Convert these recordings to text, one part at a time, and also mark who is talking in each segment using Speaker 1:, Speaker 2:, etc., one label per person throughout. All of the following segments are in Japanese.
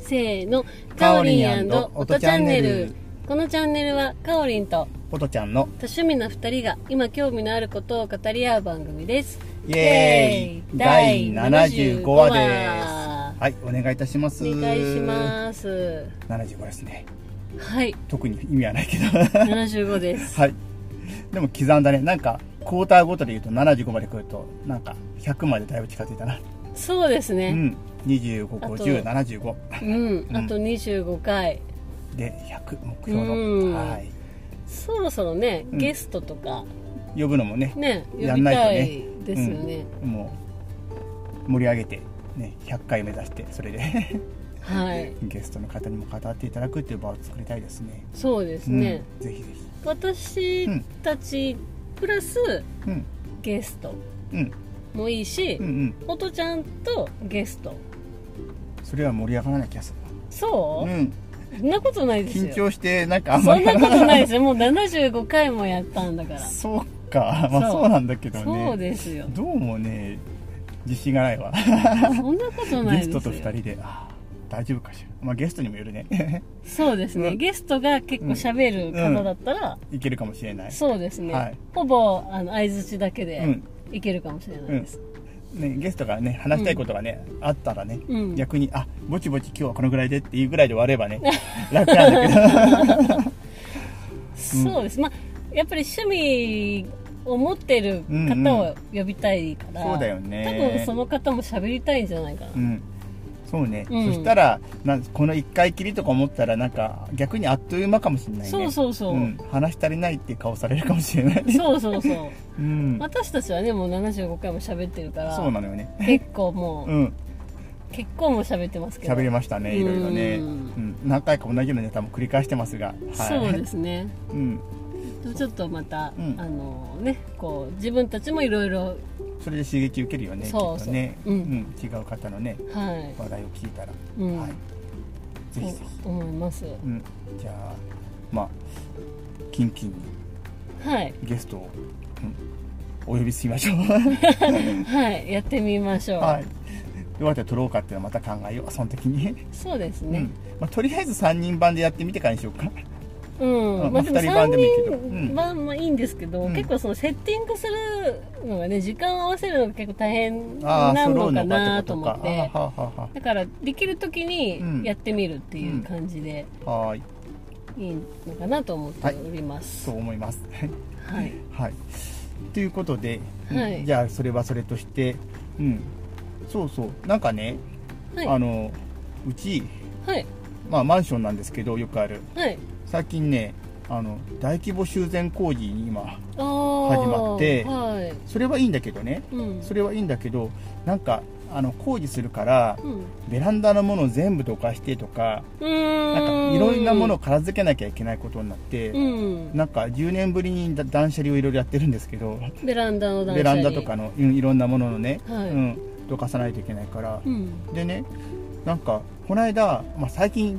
Speaker 1: せーの、
Speaker 2: か
Speaker 1: か
Speaker 2: お
Speaker 1: お
Speaker 2: り
Speaker 1: り
Speaker 2: ん
Speaker 1: ん
Speaker 2: お
Speaker 1: おと
Speaker 2: とチ
Speaker 1: チ
Speaker 2: ャ
Speaker 1: ャ
Speaker 2: ン
Speaker 1: ン
Speaker 2: ネ
Speaker 1: ネ
Speaker 2: ル
Speaker 1: ル。このチャンネルは、かおりんと、
Speaker 2: ポトちゃんの
Speaker 1: 多趣味な二人が、今興味のあることを語り合う番組です。
Speaker 2: イエーイ第75話です
Speaker 1: す。
Speaker 2: はいお願いいたします
Speaker 1: お願いします。
Speaker 2: 75ですね
Speaker 1: はい、
Speaker 2: 特に意味はないけど
Speaker 1: 75です。
Speaker 2: はいでも刻んだねなんかクォーターごとで言うと75まで来るとなんか100までだいぶ近づいたな
Speaker 1: そうです
Speaker 2: う
Speaker 1: ね。
Speaker 2: ん255075
Speaker 1: うん、あと25回。
Speaker 2: で100目標
Speaker 1: うん
Speaker 2: のはい
Speaker 1: そろそろね、
Speaker 2: うん
Speaker 1: ゲストとか、
Speaker 2: 呼ぶのもね
Speaker 1: ね、呼び
Speaker 2: やんないと
Speaker 1: た
Speaker 2: ね
Speaker 1: いですよね。
Speaker 2: うんもう盛り上げてね100回目指してそれで
Speaker 1: はい。
Speaker 2: ゲストの方にも語っていただくっていう場を作りたいですね
Speaker 1: そうですね。
Speaker 2: うん、ぜひぜひ
Speaker 1: 私たち、プラス、
Speaker 2: うん
Speaker 1: ゲスト
Speaker 2: うん
Speaker 1: もいいし
Speaker 2: うんう、ん
Speaker 1: おとちゃんとゲスト。
Speaker 2: それは盛り上がらない気がする
Speaker 1: そうう、
Speaker 2: ん
Speaker 1: そんなことないです
Speaker 2: 緊
Speaker 1: よ。
Speaker 2: 張してなんかあんま
Speaker 1: そ
Speaker 2: り
Speaker 1: んなことないですよ。もう75回もやったんだから。
Speaker 2: そうかまあ
Speaker 1: そう
Speaker 2: そうなんだけどね
Speaker 1: そうですよ。
Speaker 2: どうもね自信がないわ
Speaker 1: そんなことない
Speaker 2: ゲ
Speaker 1: です
Speaker 2: ス
Speaker 1: よ。
Speaker 2: トと2人であー大丈夫かしら、まあ、ゲストにもよるね
Speaker 1: そうです
Speaker 2: う
Speaker 1: ね。
Speaker 2: ん
Speaker 1: ゲストが結構喋る方だったら、
Speaker 2: いけるかもしれない、
Speaker 1: そうですね。
Speaker 2: はい
Speaker 1: ほぼ、あの、相槌だけ
Speaker 2: う
Speaker 1: で
Speaker 2: ん
Speaker 1: いけるかもしれないです。
Speaker 2: ね、ゲストがね話したいことがね、あったらね、
Speaker 1: うん
Speaker 2: 逆にあぼちぼち今日はこのぐらいでっていうぐらいで終わればね楽なんだけど
Speaker 1: そうです。まあ、やっぱり趣味を持ってる方を呼びたいから、
Speaker 2: そうだよね
Speaker 1: 多分その方も喋りたいんじゃないかな。
Speaker 2: うんそうね、
Speaker 1: うん
Speaker 2: そしたらなんこの1回きりとか思ったらなんか逆にあっという間かもしれないね
Speaker 1: そうそうそう。
Speaker 2: ん、話し足りないっていう顔されるかもしれない、
Speaker 1: そうそう そう。
Speaker 2: うん、
Speaker 1: 私たちはね、もう75回も喋ってるから、
Speaker 2: そうなのよね
Speaker 1: 結構もう、
Speaker 2: うん
Speaker 1: 結構もう喋ってますけど。
Speaker 2: 喋りましたねいろいろね、う
Speaker 1: うん
Speaker 2: ん、何回か同じようなネタも繰り返してますが、はい、
Speaker 1: そうですね。
Speaker 2: うん、
Speaker 1: でもちょっとまた、
Speaker 2: うん
Speaker 1: あのね、こう、自分たちもいろいろ、
Speaker 2: それで刺激受けるよね
Speaker 1: そうそう
Speaker 2: きっとね、
Speaker 1: うん
Speaker 2: 違う方のね
Speaker 1: は
Speaker 2: 話題を聞いたら、
Speaker 1: い。うん。
Speaker 2: はいぜひぜひ、
Speaker 1: と思います。
Speaker 2: うん、じゃあまあキンキンに
Speaker 1: はい。
Speaker 2: ゲストを、うんお呼びしましょう
Speaker 1: はい。やってみましょう。
Speaker 2: はいどうやって撮ろうかっていうのはまた考えようその時に、
Speaker 1: そうです
Speaker 2: う
Speaker 1: ね
Speaker 2: ん。まあ、とりあえず3人版でやってみてからにしようか
Speaker 1: うん。
Speaker 2: うん
Speaker 1: まあでも
Speaker 2: 二人版でもいいけど
Speaker 1: 三人版もいいんですけど、
Speaker 2: うん
Speaker 1: 結構そのセッティングするのがね、時間を合わせるのが結構大変
Speaker 2: ああ
Speaker 1: な
Speaker 2: 揃
Speaker 1: の
Speaker 2: う
Speaker 1: か
Speaker 2: のか
Speaker 1: な
Speaker 2: って
Speaker 1: と
Speaker 2: こ
Speaker 1: 思
Speaker 2: とか
Speaker 1: って。
Speaker 2: あはあはあは
Speaker 1: だからできる時
Speaker 2: うん
Speaker 1: にやってみるっていう感じで
Speaker 2: あはーい
Speaker 1: いいのかなと思っております
Speaker 2: そう。思います
Speaker 1: はい。
Speaker 2: はいということで、うん
Speaker 1: はい
Speaker 2: じゃあそれはそれとしてうんそうそうなんかね、
Speaker 1: はい。
Speaker 2: あ
Speaker 1: はい。
Speaker 2: のうち、
Speaker 1: はい。
Speaker 2: まあ、マンションなんですけどよくある最近ねあの大規模修繕工事に今
Speaker 1: ああ。
Speaker 2: 始まって
Speaker 1: はい。
Speaker 2: それはいいんだけどね
Speaker 1: うん。
Speaker 2: それはいいんだけどなんかあの工事するから
Speaker 1: うん。
Speaker 2: ベランダのものを全部どかしてとか
Speaker 1: うーん。
Speaker 2: なんかいろんなものを片付けなきゃいけないことになって
Speaker 1: うん。
Speaker 2: なんか10年ぶりにだ断捨離をいろいろやってるんですけど
Speaker 1: ベランダ の断捨離
Speaker 2: ベランダとかのうんいろんなもののね、
Speaker 1: はい
Speaker 2: うん、どかさないといけないから
Speaker 1: うん
Speaker 2: でねなんかこの間、まあ、最近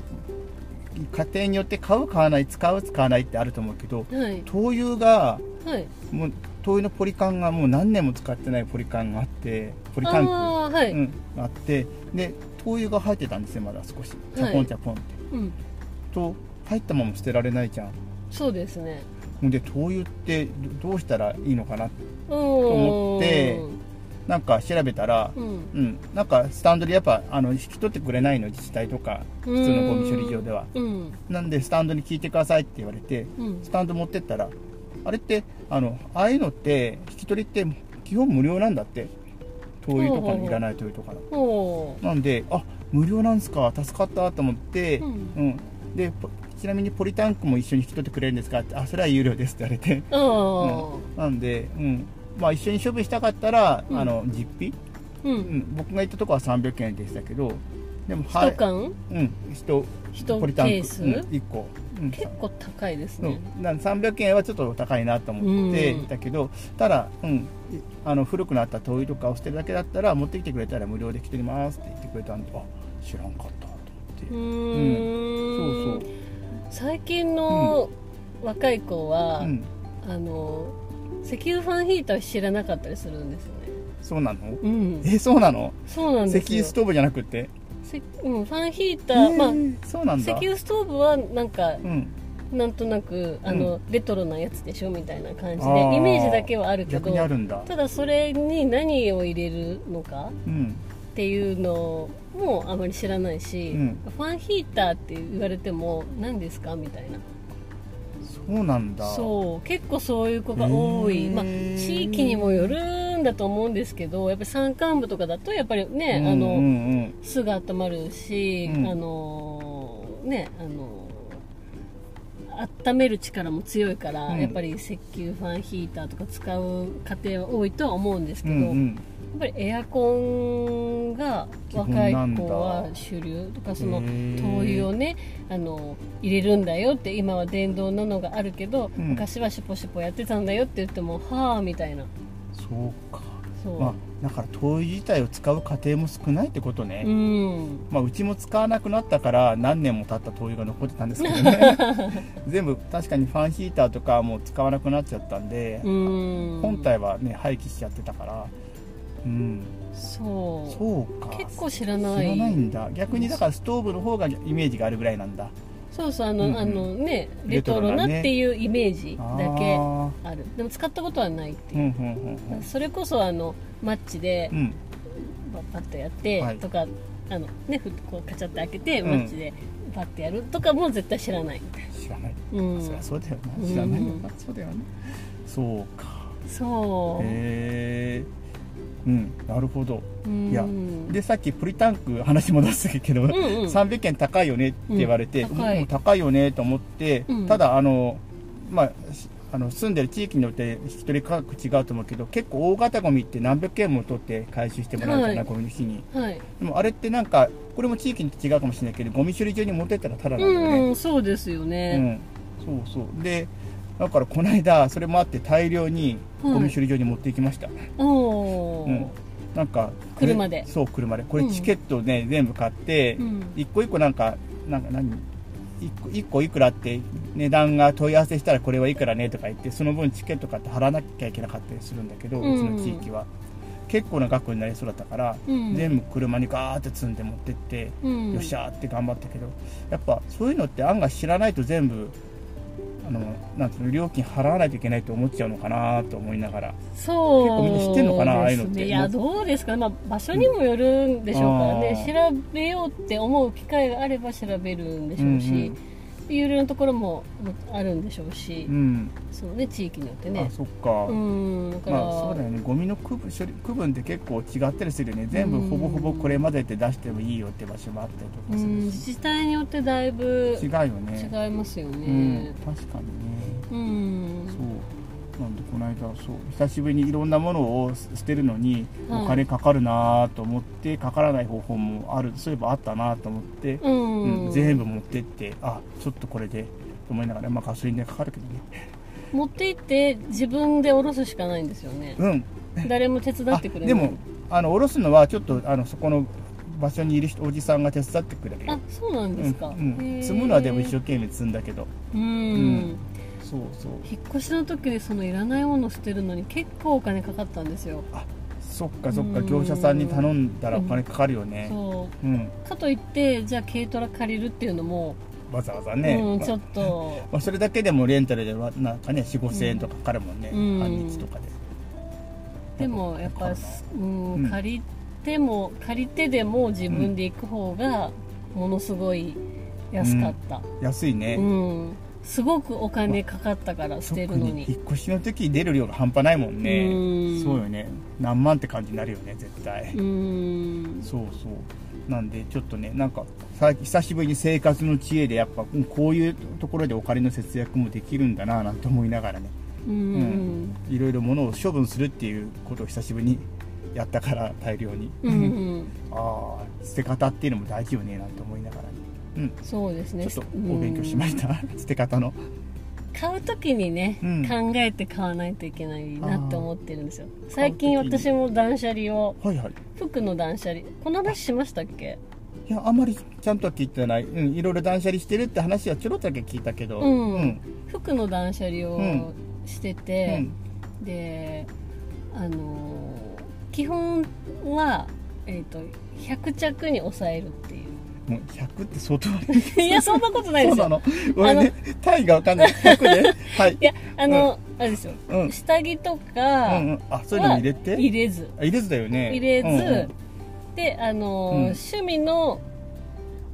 Speaker 2: 家庭によって買う買わない使う使わないってあると思うけど
Speaker 1: はい
Speaker 2: 灯油が
Speaker 1: はい
Speaker 2: もう灯油のポリ缶がもう何年も使ってないポリ缶があってポリタンク
Speaker 1: ああーはい
Speaker 2: うん、あってで灯油が入ってたんですよまだ少しチャポンチャポンって、
Speaker 1: うん
Speaker 2: と入ったまま捨てられないじゃん
Speaker 1: そうですね
Speaker 2: ほんで灯油ってどどうしたらいいのかな
Speaker 1: と
Speaker 2: 思ってなんか調べたら
Speaker 1: うん
Speaker 2: うん、なんかスタンドでやっぱあの引き取ってくれないの自治体とか普通のゴミ処理場では
Speaker 1: うん
Speaker 2: なんでスタンドに聞いてくださいって言われて
Speaker 1: うん
Speaker 2: スタンド持ってったらあれってあのああいうのって引き取りって基本無料なんだって灯油とかのいらない灯油とかの
Speaker 1: おー
Speaker 2: なんであ無料なんすか助かったと思って、
Speaker 1: う
Speaker 2: うんんでポちなみにポリタンクも一緒に引き取ってくれるんですかってあそれは有料ですって言われて、
Speaker 1: ああ
Speaker 2: うん、なんで、うんまあ、一緒に処分したかったら、
Speaker 1: うん
Speaker 2: あの実費、
Speaker 1: う
Speaker 2: うんん、僕が行ったとこは300円でしたけどでもは
Speaker 1: 一缶
Speaker 2: うん人
Speaker 1: 一
Speaker 2: ポリタンク、
Speaker 1: ケース
Speaker 2: うん、1個、うん、
Speaker 1: 結構高いです
Speaker 2: う
Speaker 1: ね
Speaker 2: ん、なん300円はちょっとお高いなと思って
Speaker 1: うん
Speaker 2: だけど、ただ、うん、いあの古くなった灯油とかを捨てるだけだったら持ってきてくれたら無料で来てりますって言ってくれたんであ知らんかったと
Speaker 1: う
Speaker 2: 思って、
Speaker 1: ー
Speaker 2: そうんそう、
Speaker 1: 最近の若い子は
Speaker 2: うん、
Speaker 1: あの石油ファンヒーター知らなかったりするんですよね
Speaker 2: そうなの
Speaker 1: うん
Speaker 2: えそうなの
Speaker 1: そうなんです
Speaker 2: 石
Speaker 1: よ
Speaker 2: 油ストーブじゃなくて
Speaker 1: せうん、ファンヒータ
Speaker 2: え
Speaker 1: ー、ま
Speaker 2: ーそうな
Speaker 1: あ
Speaker 2: ん
Speaker 1: 石
Speaker 2: だ
Speaker 1: 油ストーブはなんか、
Speaker 2: うん
Speaker 1: なんとなくあの、レトロなやつでしょみたいな感じ
Speaker 2: あー
Speaker 1: でイメージだけはあるけ
Speaker 2: 逆
Speaker 1: ど
Speaker 2: にあるんだ
Speaker 1: ただそれに何を入れるのか
Speaker 2: うん
Speaker 1: っていうのもあまり知らないし、
Speaker 2: うん
Speaker 1: ファンヒーターって言われても何ですかみたいな
Speaker 2: そうなんだ
Speaker 1: そう結構そういう子が多い、
Speaker 2: へー
Speaker 1: まあ、地域にもよるんだと思うんですけどやっぱり山間部とかだとやっぱりね、あ
Speaker 2: うんう
Speaker 1: の
Speaker 2: んうん
Speaker 1: すぐ温まるし、
Speaker 2: うん
Speaker 1: あのねあの温める力も強いから、
Speaker 2: うん
Speaker 1: やっぱり石油ファンヒーターとか使う家庭は多いとは思うんですけ
Speaker 2: う
Speaker 1: ど、や
Speaker 2: んうん
Speaker 1: っぱりエアコンが
Speaker 2: 基本
Speaker 1: 若い
Speaker 2: なんだ
Speaker 1: 子は主流とかそ
Speaker 2: へ
Speaker 1: の
Speaker 2: ー
Speaker 1: 灯油をねあの入れるんだよって今は電動なのがあるけど、
Speaker 2: うん
Speaker 1: 昔はシュポシュポやってたんだよって言ってもはあみたいな
Speaker 2: そうか
Speaker 1: そう、
Speaker 2: まあだから灯油自体を使う家庭も少ないってことね、
Speaker 1: うん
Speaker 2: まあ、うちも使わなくなったから何年も経った灯油が残ってたんですけどね 全部確かにファンヒーターとかはもう使わなくなっちゃったんで、
Speaker 1: うん
Speaker 2: 本体はね廃棄しちゃってたからうん
Speaker 1: そう
Speaker 2: そうか
Speaker 1: 結構知ら
Speaker 2: 知ら
Speaker 1: ない
Speaker 2: ないんだ逆にだからストーブの方がイメージがあるぐらいなんだ
Speaker 1: そうそうあの,、
Speaker 2: うんうん
Speaker 1: あのね
Speaker 2: レ
Speaker 1: レ
Speaker 2: ト
Speaker 1: ト
Speaker 2: ロ
Speaker 1: ロ
Speaker 2: な
Speaker 1: なっ
Speaker 2: ね
Speaker 1: ていうイメージだけ
Speaker 2: あ
Speaker 1: あるでも使ったことはないって
Speaker 2: ーう
Speaker 1: い
Speaker 2: ん
Speaker 1: う、
Speaker 2: うんうんうん
Speaker 1: それこそあのマッチで
Speaker 2: うん
Speaker 1: パッパッとやって、
Speaker 2: はい
Speaker 1: とかあのねふこうカチャって開けて、
Speaker 2: うん
Speaker 1: マッチでパッてやるとかも絶対知らない、
Speaker 2: 知らない、
Speaker 1: うん、
Speaker 2: そりゃそうだよ
Speaker 1: う
Speaker 2: なん知らないのか、そうだよねそうか
Speaker 1: そう、
Speaker 2: へえうんなるほど
Speaker 1: うん
Speaker 2: いやでさっきプリタンク話戻すけど、
Speaker 1: うんうん
Speaker 2: 300円高いよねって言われて、
Speaker 1: うん高い
Speaker 2: もう高いよねと思って、
Speaker 1: うん
Speaker 2: ただあの、まあ、しあの住んでる地域によって引き取り価格違うと思うけど結構大型ゴミって何百円も取って回収してもらうじゃない、
Speaker 1: はい
Speaker 2: ゴミの日に
Speaker 1: はい、
Speaker 2: でもあれってなんかこれも地域によって違うかもしれないけどゴミ処理場に持ってったらただなんだよね、
Speaker 1: うんそうですよね、
Speaker 2: うん、そうそうでだからこの間それもあって大量に
Speaker 1: はい
Speaker 2: ゴミ処理場に持っていきました、
Speaker 1: おお、
Speaker 2: うんなんか
Speaker 1: 車で
Speaker 2: そう車でこれ
Speaker 1: うん
Speaker 2: チケットね、全部買って、
Speaker 1: うん
Speaker 2: 一個一個なんかなんか何一個一個いくらって値段が問い合わせしたらこれはいくらねとか言ってその分チケット買って払わなきゃいけなかったりするんだけど、う
Speaker 1: うん
Speaker 2: ちの地域は結構な額になりそうだったから、
Speaker 1: うん
Speaker 2: 全部車にガーって積んで持ってって、
Speaker 1: うん
Speaker 2: よっしゃーって頑張ったけどやっぱそういうのって案外知らないと全部あのなんていうの料金払わないといけないと思っちゃうのかなと思いながら
Speaker 1: そう
Speaker 2: 結構みんな知ってんのかなああいうのっ
Speaker 1: で
Speaker 2: て
Speaker 1: すねいやどうですかね、まあ、場所にもよるんでしょうからね、調べようって思う機会があれば調べるんでしょうし、
Speaker 2: うん
Speaker 1: 有料のところもあるんでしょうし、
Speaker 2: うん、
Speaker 1: そうね地域によって
Speaker 2: あ
Speaker 1: ね
Speaker 2: そっか、
Speaker 1: うんだから、
Speaker 2: まあそうだよねゴミの区分処理区分って結構違ったりするよね全部ほぼほぼこれ混ぜて出してもいいよって場所もあったりと
Speaker 1: う
Speaker 2: かす
Speaker 1: ん
Speaker 2: る
Speaker 1: 自
Speaker 2: し
Speaker 1: 治体によってだいぶ
Speaker 2: 違うよね
Speaker 1: 違いますよ
Speaker 2: うん
Speaker 1: ね、
Speaker 2: 確かにね
Speaker 1: うん
Speaker 2: そうなんでこの間そう久しぶりにいろんなものを捨てるのに
Speaker 1: はい
Speaker 2: お金かかるなと思ってかからない方法もあるそういえばあったなと思って、
Speaker 1: うん
Speaker 2: うん全部持ってってあちょっとこれでと思いながらまあガソリン代かかるけどね
Speaker 1: 持って行って自分で下ろすしかないんですよね
Speaker 2: うん
Speaker 1: 誰も手伝ってくれない
Speaker 2: でもあの下ろすのはちょっとあのそこの場所にいる人おじさんが手伝ってくれるよ
Speaker 1: あそうなんですか、
Speaker 2: うんうん
Speaker 1: へー
Speaker 2: 積むのはでも一生懸命積んだけど
Speaker 1: うん、
Speaker 2: んそうそう
Speaker 1: 引っ越しの時にそのいらないもの捨てるのに結構お金かかったんですよ、
Speaker 2: そっかそっか
Speaker 1: うん
Speaker 2: 業者さんに頼んだらお金かかるよね
Speaker 1: そ
Speaker 2: うん、
Speaker 1: うかといってじゃあ軽トラ借りるっていうのも、
Speaker 2: わざわざね、
Speaker 1: うん
Speaker 2: まあ
Speaker 1: ちょっと
Speaker 2: まあそれだけでもレンタルではなんかね4 5千円とかかかるもんね、
Speaker 1: うん
Speaker 2: 半日とかで
Speaker 1: でもやっぱ、う
Speaker 2: うん
Speaker 1: ん、借りても借りてでも自分で行く方がものすごい安かった、
Speaker 2: 安い
Speaker 1: うん
Speaker 2: ね、
Speaker 1: すごくお金かかったから捨
Speaker 2: 特
Speaker 1: てるの
Speaker 2: に
Speaker 1: に
Speaker 2: 引っ越しの時に出る量が半端ないもんね、
Speaker 1: うん
Speaker 2: そうよね何万って感じになるよね絶対、
Speaker 1: うん
Speaker 2: そうそうなんでちょっとねなんかさ久しぶりに生活の知恵でやっぱうんこういうところでお金の節約もできるんだなぁなんて思いながらね
Speaker 1: うん、
Speaker 2: んいろいろ物を処分するっていうことを久しぶりにやったから大量に、
Speaker 1: うんうん
Speaker 2: ああ捨て方っていうのも大事よねなんて思いながらねうん
Speaker 1: そうですね
Speaker 2: ちょっとお勉強しま
Speaker 1: し
Speaker 2: した、 捨て方の
Speaker 1: 買う時にね、
Speaker 2: うん
Speaker 1: 考えて買わないといけないなって思ってるんですよ最近
Speaker 2: 買う時に
Speaker 1: 私も断捨離を
Speaker 2: はいはい
Speaker 1: 服の断捨離この話しましたっけ
Speaker 2: いやあんまりちゃんとは聞いてない、うん、いろいろ断捨離してるって話はちょろっとだけ聞いたけど
Speaker 1: うん
Speaker 2: うん
Speaker 1: 服の断捨離をして
Speaker 2: う
Speaker 1: て、
Speaker 2: ん
Speaker 1: であのー基本はえっ、と100着に抑えるってい
Speaker 2: もう100って相当悪いう
Speaker 1: いやそんなことない
Speaker 2: そ
Speaker 1: で
Speaker 2: う
Speaker 1: すよ
Speaker 2: なの俺ね単位が分かんない100で はい
Speaker 1: いやあの、あれですよ
Speaker 2: うんうん
Speaker 1: 下着とか
Speaker 2: うんあそういうのも入れて
Speaker 1: は入れず
Speaker 2: あ入れずだよね
Speaker 1: 入れず、
Speaker 2: うんうん
Speaker 1: であのー、
Speaker 2: うん
Speaker 1: 趣味の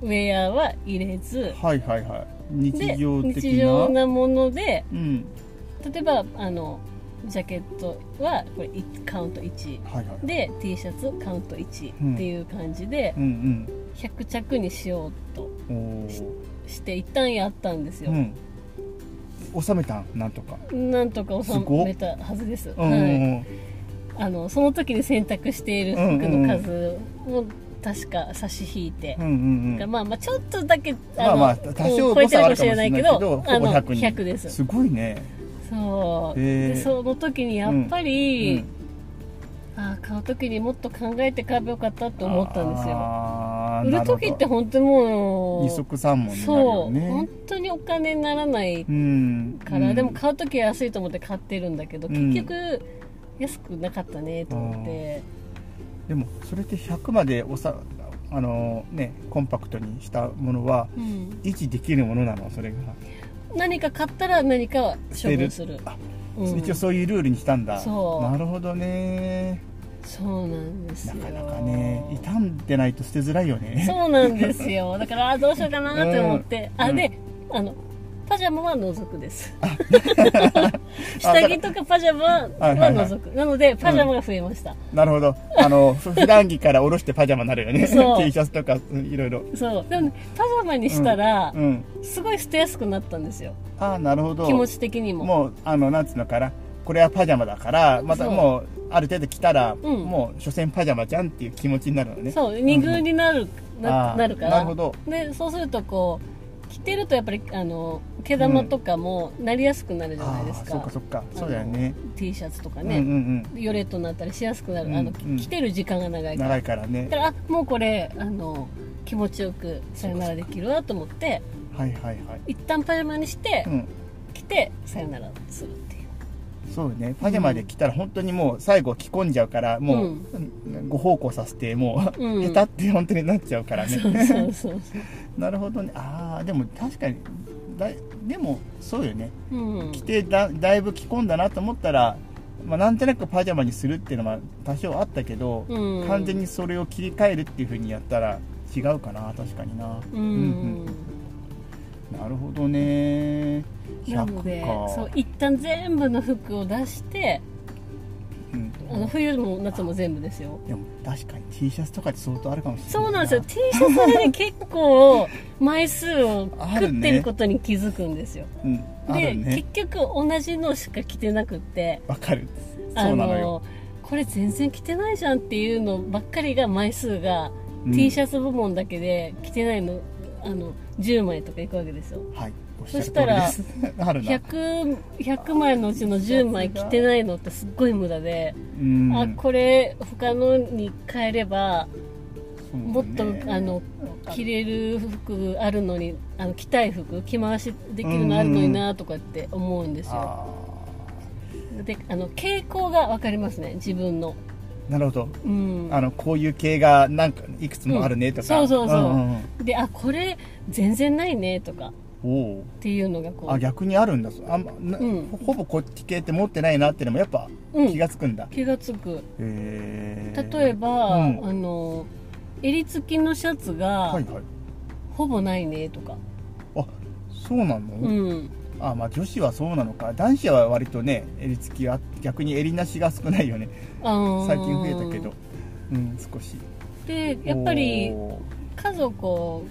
Speaker 1: ウェアは入れず
Speaker 2: はいはいはい
Speaker 1: で
Speaker 2: 日常的な
Speaker 1: 日常なもので
Speaker 2: うん
Speaker 1: 例えばあのジャケットはこれいカウント1
Speaker 2: はいはい
Speaker 1: で T シャツカウント1っていう感じで
Speaker 2: うん
Speaker 1: 100着にしようと
Speaker 2: うんおー
Speaker 1: して一旦やったんですよ、
Speaker 2: うん収めたんなんとか
Speaker 1: なんとか収
Speaker 2: すごっ
Speaker 1: めたはずです、
Speaker 2: うんう
Speaker 1: はい、
Speaker 2: ん
Speaker 1: あのその時に選択している服の数も確か差し引いて
Speaker 2: うんう、んうんうん
Speaker 1: まあまあちょっとだけ
Speaker 2: まあまあ
Speaker 1: の
Speaker 2: 多少
Speaker 1: 超え
Speaker 2: 誤
Speaker 1: てる
Speaker 2: 差
Speaker 1: か
Speaker 2: は
Speaker 1: もしれ
Speaker 2: あるかも
Speaker 1: ない
Speaker 2: しれな
Speaker 1: け
Speaker 2: いけど
Speaker 1: ど
Speaker 2: ほぼ
Speaker 1: あの
Speaker 2: 100に
Speaker 1: 100です
Speaker 2: すごいね
Speaker 1: そう、
Speaker 2: へー
Speaker 1: でその時にやっぱ
Speaker 2: うん
Speaker 1: り、ああ買う時にもっと考えて買えばよかったと思ったんですよ
Speaker 2: あー
Speaker 1: 売る時って本当にもう
Speaker 2: 二足三門になる
Speaker 1: そ
Speaker 2: よ
Speaker 1: う
Speaker 2: ね
Speaker 1: 本当にお金にならない
Speaker 2: うん
Speaker 1: から、
Speaker 2: うん
Speaker 1: でも買う時は安いと思って買ってるんだけど、
Speaker 2: うん
Speaker 1: 結局安くなかったねと思って、
Speaker 2: でもそれって100までおさあのねコンパクトにしたものは
Speaker 1: うん
Speaker 2: 維持できるものなのそれが、
Speaker 1: 何か買ったら何かは処分する
Speaker 2: あ
Speaker 1: うん
Speaker 2: 一応そういうルールにしたんだ
Speaker 1: そう
Speaker 2: なるほどね
Speaker 1: そうなんです
Speaker 2: な
Speaker 1: よ
Speaker 2: かなかね傷んでないと捨てづらいよね
Speaker 1: そうなんです よ。だから、あどうしようかなって思って。
Speaker 2: うん
Speaker 1: あ、
Speaker 2: うん
Speaker 1: で、あの、パジャマは除くです。 下着とかパジャマ
Speaker 2: はいはいは
Speaker 1: は除く。なので、パジャマが増えました。
Speaker 2: なるほどあのふ普段着から下ろしてパジャマになるよね T シ
Speaker 1: そう
Speaker 2: ャツとかうんいろいろ
Speaker 1: そう。でも、ね、パジャマにしたら
Speaker 2: う、ん
Speaker 1: すごい捨てやすくなったんですよ。
Speaker 2: ああなるほど
Speaker 1: 気持ち的にも。
Speaker 2: もうあのなんつうのかなこれはパジャマだからまた
Speaker 1: そう
Speaker 2: もうある程度着たら、
Speaker 1: うん
Speaker 2: もう所詮パジャマじゃんっていう気持ちになるのね
Speaker 1: そう、二軍になる、な
Speaker 2: あー
Speaker 1: なるから。
Speaker 2: なるほど
Speaker 1: で、そうすると、こう、着てるとやっぱり、あの、毛玉とかもなりやすくなるじゃないです
Speaker 2: あーそっか
Speaker 1: か
Speaker 2: そ。っかそうだよね
Speaker 1: T シャツとか
Speaker 2: うんう
Speaker 1: ね。
Speaker 2: んうん
Speaker 1: ヨレとなったりしやすくなる、
Speaker 2: うん
Speaker 1: あの
Speaker 2: うん
Speaker 1: 来てる時間が長いから
Speaker 2: 長いからね
Speaker 1: だからあもうこれあの気持ちよくさよならできるわと思って
Speaker 2: はいはいはい
Speaker 1: 一旦パジャマにして、
Speaker 2: うん
Speaker 1: 来てさよならするっ ていう
Speaker 2: そうねパジャマで着たら本当にもう最後着込んじゃうからもう、ご奉公させてもう、
Speaker 1: うん
Speaker 2: 下手って本当になっちゃうからね
Speaker 1: そうそうそ
Speaker 2: なるほどねああでも確かにだいでもそうよね
Speaker 1: う、うん、
Speaker 2: 着てだだいぶ着込んだなと思ったら、まあ、なんとなくパジャマにするっていうのは多少あったけど、
Speaker 1: うん
Speaker 2: 完全にそれを切り替えるっていうふうにやったら違うかな確かにな
Speaker 1: うん、
Speaker 2: うんうんなるほどね
Speaker 1: なので
Speaker 2: 100
Speaker 1: そう
Speaker 2: か
Speaker 1: 一旦全部の服を出して
Speaker 2: うん
Speaker 1: あの冬も夏も全部ですよ
Speaker 2: でも確かに T シャツとかって相当あるかもしれない
Speaker 1: そうなん ですよ T シャツでね結構枚数を
Speaker 2: あ
Speaker 1: 食
Speaker 2: る
Speaker 1: っ
Speaker 2: ね
Speaker 1: てることに気づくんですよ
Speaker 2: うん、あ
Speaker 1: で、
Speaker 2: るね
Speaker 1: 結局同じのしか着てなくって
Speaker 2: わかる
Speaker 1: あ
Speaker 2: そうなのよ、
Speaker 1: これ全然着てないじゃんっていうのばっかりが枚数が、
Speaker 2: うん
Speaker 1: T シャツ部門だけで着てないのあの10枚とかいくわけですよ
Speaker 2: はいおっし
Speaker 1: そ
Speaker 2: ゃる
Speaker 1: し
Speaker 2: 通り
Speaker 1: たら
Speaker 2: です あるな
Speaker 1: 100, 100枚のうちの10枚着てないのってすっごい無駄で、
Speaker 2: うん
Speaker 1: あこれ他のに変えれば
Speaker 2: そうね
Speaker 1: もっと、あの着れる服あるのにあの着たい服着回しできるのあるのになとかって思うんですよ
Speaker 2: あ
Speaker 1: であの傾向が分かりますね自分の
Speaker 2: ーなるほど
Speaker 1: うん
Speaker 2: あのこういう系がなんかいくつもあるねとか、
Speaker 1: うんそうそうそうん
Speaker 2: んん
Speaker 1: であこれ全然ないねとか
Speaker 2: おお
Speaker 1: っていうのがこ
Speaker 2: あ
Speaker 1: う
Speaker 2: 逆にあるんだあんまな
Speaker 1: うん
Speaker 2: ほほぼこっち系って持ってないなってのもやっぱ
Speaker 1: うん
Speaker 2: 気がつくんだ、
Speaker 1: 気がつく
Speaker 2: へー
Speaker 1: 例えば、
Speaker 2: うん
Speaker 1: あの襟付きのシャツが
Speaker 2: はいはい
Speaker 1: ほぼないねとか、
Speaker 2: あそうなの、
Speaker 1: うん
Speaker 2: あまあ女子はそうなのか男子は割とね襟付きは逆に襟なしが少ないよね
Speaker 1: あー
Speaker 2: 最近増えたけどうん少し
Speaker 1: でやっぱり
Speaker 2: おー
Speaker 1: 家族を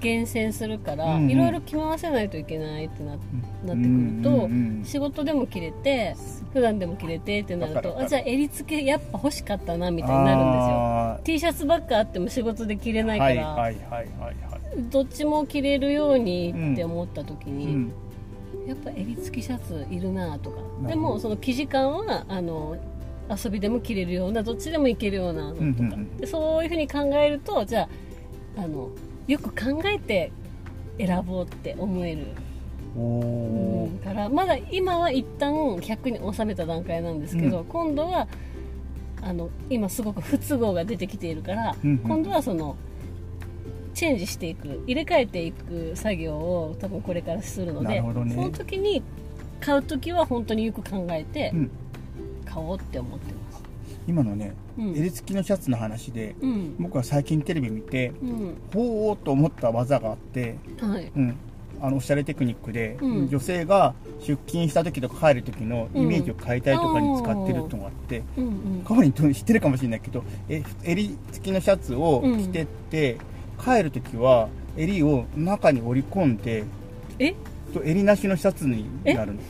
Speaker 1: 厳選するから、
Speaker 2: うんうん
Speaker 1: いろいろ着回せないといけないってな
Speaker 2: うん
Speaker 1: なってくると、
Speaker 2: うんうんうん
Speaker 1: 仕事でも着れて普段でも着れてってなる
Speaker 2: わかるわ
Speaker 1: と
Speaker 2: かる
Speaker 1: あじゃあ襟付けやっぱ欲しかったなみたいになるんですよ
Speaker 2: あー
Speaker 1: T シャツばっかあっても仕事で着れないか
Speaker 2: は
Speaker 1: ら、
Speaker 2: いはいはいはいはい
Speaker 1: どっちも着れるようにって思った時
Speaker 2: う
Speaker 1: に、
Speaker 2: ん
Speaker 1: やっぱ襟付きシャツいるなとか
Speaker 2: ど
Speaker 1: でもその生地感はあの遊びでも着れるようなどっちでもいけるようなのとか、
Speaker 2: うんうんうん
Speaker 1: でそういうふうに考えるとじゃああのよく考えて選ぼうって思える、
Speaker 2: おお
Speaker 1: うんからまだ今は一旦100に収めた段階なんですけど、今度はああの今すごく不都合が出てきているから、
Speaker 2: うんうん
Speaker 1: 今度はそのチェンジしていく入れ替えていく作業を多分これからするの
Speaker 2: な
Speaker 1: で
Speaker 2: るほどね
Speaker 1: その時に買う時は本当によく考えて
Speaker 2: うん、
Speaker 1: 買おうって思ってます。
Speaker 2: 今のね、
Speaker 1: うん
Speaker 2: 襟付きのシャツの話で
Speaker 1: うん
Speaker 2: 僕は最近テレビ見て
Speaker 1: うん
Speaker 2: ほうと思った技があって、
Speaker 1: はい
Speaker 2: うん、あのおしゃれテクニックで、
Speaker 1: うん
Speaker 2: 女性が出勤した時とか帰る時のイメージを変えたいとかに使ってるのがあって、
Speaker 1: うんうん
Speaker 2: カワリン知ってるかもしれないけどえ襟付きのシャツを着てって、帰る時は襟を中に折り込んで
Speaker 1: え
Speaker 2: と襟なしのシャツになるの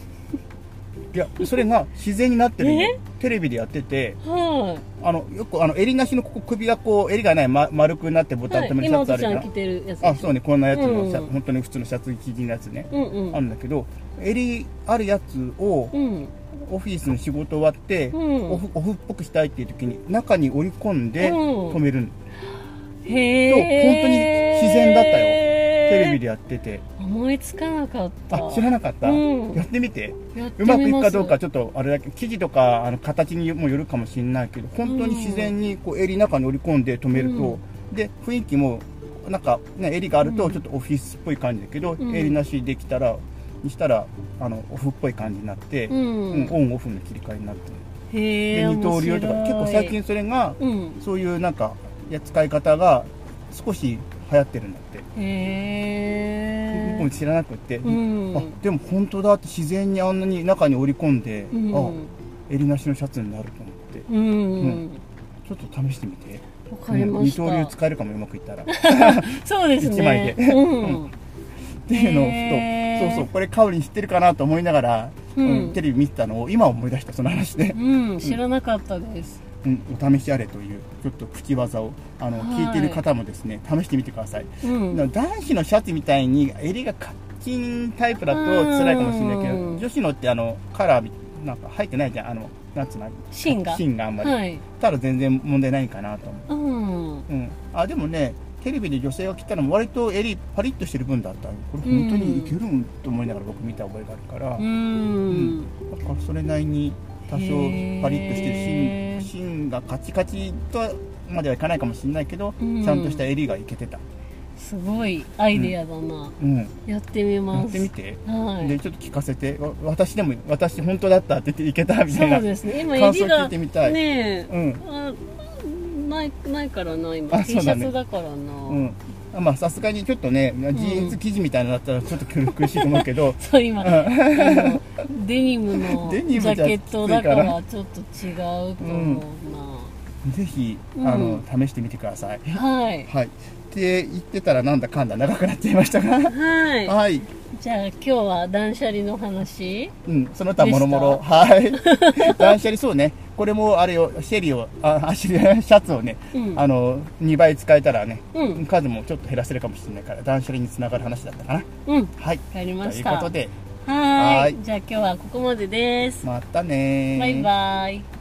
Speaker 2: いやそれが自然になってるの
Speaker 1: え
Speaker 2: テレビでやってて
Speaker 1: は
Speaker 2: あのよくあの襟なしのここ首がこう襟がない、ま、丸くなってボ
Speaker 1: い、
Speaker 2: タ
Speaker 1: は
Speaker 2: ン
Speaker 1: い
Speaker 2: 止めるシ
Speaker 1: 今
Speaker 2: ャ
Speaker 1: お
Speaker 2: ツ
Speaker 1: と
Speaker 2: ある
Speaker 1: ち
Speaker 2: じゃ
Speaker 1: ゃ
Speaker 2: ん、
Speaker 1: ん着てるやつ
Speaker 2: あそうねこんなやつのシャツ、
Speaker 1: うん
Speaker 2: 本当に普通のシャツ生地のやつね、
Speaker 1: うんうん
Speaker 2: あるんだけど襟あるやつを
Speaker 1: うん
Speaker 2: オフィスの仕事終わって、
Speaker 1: うん
Speaker 2: オフオフっぽくしたいっていう時に中に折り込んで
Speaker 1: うん
Speaker 2: 止めるの、
Speaker 1: へえ
Speaker 2: 本当に自然だったよテレビで
Speaker 1: で
Speaker 2: やってて
Speaker 1: 思いつかなかった
Speaker 2: あ知らなかった、
Speaker 1: うん
Speaker 2: やってみて
Speaker 1: やって
Speaker 2: う
Speaker 1: み
Speaker 2: ま
Speaker 1: ます
Speaker 2: くいくかどうかちょっとあれだけ生地とかあの形にもよるかもしれないけど本当に自然にこう襟中に折り込んで止めると、で雰囲気もなんか、ね、襟がある
Speaker 1: う
Speaker 2: と
Speaker 1: ん
Speaker 2: ちょっとオフィスっぽい感じだけど、
Speaker 1: うん
Speaker 2: 襟なしできたらにしたらあのオフっぽい感じになって、
Speaker 1: うん
Speaker 2: うんオンオフの切り替えになってる
Speaker 1: へ
Speaker 2: で
Speaker 1: え
Speaker 2: 二刀流とか結構最近それが
Speaker 1: うん
Speaker 2: そういうなんかいや使い方が少し流行ってるんだって
Speaker 1: へ
Speaker 2: 僕
Speaker 1: え
Speaker 2: も知らなくって、
Speaker 1: うん
Speaker 2: あでも本当だって自然にあんなに中に折り込んで、
Speaker 1: うん
Speaker 2: あ襟なしのシャツになると思って
Speaker 1: うん
Speaker 2: う
Speaker 1: うん
Speaker 2: ちょっと試してみて
Speaker 1: わかりました
Speaker 2: うん二刀流使えるかもうまくいったらっ
Speaker 1: そうですね
Speaker 2: 一枚で
Speaker 1: うん
Speaker 2: ていうの
Speaker 1: へー
Speaker 2: をふとそうそうこれカオリン知ってるかなと思いなが
Speaker 1: うん
Speaker 2: ら、うんテレビ見てたのを今思い出したその話で、
Speaker 1: うん知らなかったです
Speaker 2: うん、お試しあれというちょっと口技をあの、
Speaker 1: はい
Speaker 2: 聞いてる方もですね試してみてください、
Speaker 1: うん
Speaker 2: な男子のシャツみたいに襟がカッキンタイプだと辛いかもしれないけど
Speaker 1: うん
Speaker 2: 女子のってあのカラーみなんか入ってないじゃんあのなんつうの
Speaker 1: 芯が
Speaker 2: 芯があんまり、
Speaker 1: はい
Speaker 2: たら全然問題ないかなと思う
Speaker 1: うん
Speaker 2: うん、あでもねテレビで女性が着たのも割と襟パリッとしてる分だったのこれ本当にいけるんと思いながら僕見た覚えがあるから、
Speaker 1: う
Speaker 2: うん
Speaker 1: ん
Speaker 2: だからそれなりに多少
Speaker 1: へー
Speaker 2: パリッとしてる芯芯がカチカチとまではいかないかもしれないけど、
Speaker 1: うん
Speaker 2: ちゃんとした襟がいけてた、
Speaker 1: すごいアイデアだな
Speaker 2: うん、や
Speaker 1: やってみます
Speaker 2: ってみて、
Speaker 1: はい
Speaker 2: でちょっと聞かせてわ私でも私本当だったって言っていけたみたいな
Speaker 1: そうですね今
Speaker 2: 感
Speaker 1: 襟
Speaker 2: 想聞
Speaker 1: が
Speaker 2: いてみたい
Speaker 1: ね
Speaker 2: う
Speaker 1: え、
Speaker 2: ん
Speaker 1: あないないからな
Speaker 2: あ
Speaker 1: 今 T シ
Speaker 2: そうだ
Speaker 1: ャ
Speaker 2: ね
Speaker 1: ツだからな、
Speaker 2: うんあまあさすがにちょっとねジーンズ生地みたいなのだったらちょっと苦しいと思うけど、
Speaker 1: そう今あのデニムのジ
Speaker 2: デニムじゃ
Speaker 1: ャケットだか
Speaker 2: きついから
Speaker 1: ちょっと違うと思う
Speaker 2: ぜひ、
Speaker 1: うん
Speaker 2: あの試してみてください。
Speaker 1: な、はい
Speaker 2: はい。って言ってたらなんだかんだ長くなっちゃいましたが、
Speaker 1: はい、
Speaker 2: はい。
Speaker 1: じゃあ今日は断捨離の話
Speaker 2: うん、その他もろもろ、はい。 断捨離そうね。これもあれよ、シェリーを、あ、あ シェリーシャツをね、
Speaker 1: うん
Speaker 2: あの2倍使えたらね、
Speaker 1: うん
Speaker 2: 数もちょっと減らせるかもしれないから断捨離につながる話だったかな。
Speaker 1: うんわ
Speaker 2: はい。
Speaker 1: かり
Speaker 2: と
Speaker 1: ま
Speaker 2: い
Speaker 1: し
Speaker 2: う
Speaker 1: た
Speaker 2: ことで、
Speaker 1: はーい
Speaker 2: はーい
Speaker 1: じゃあ今日はここまでです、
Speaker 2: またねー
Speaker 1: バイバイ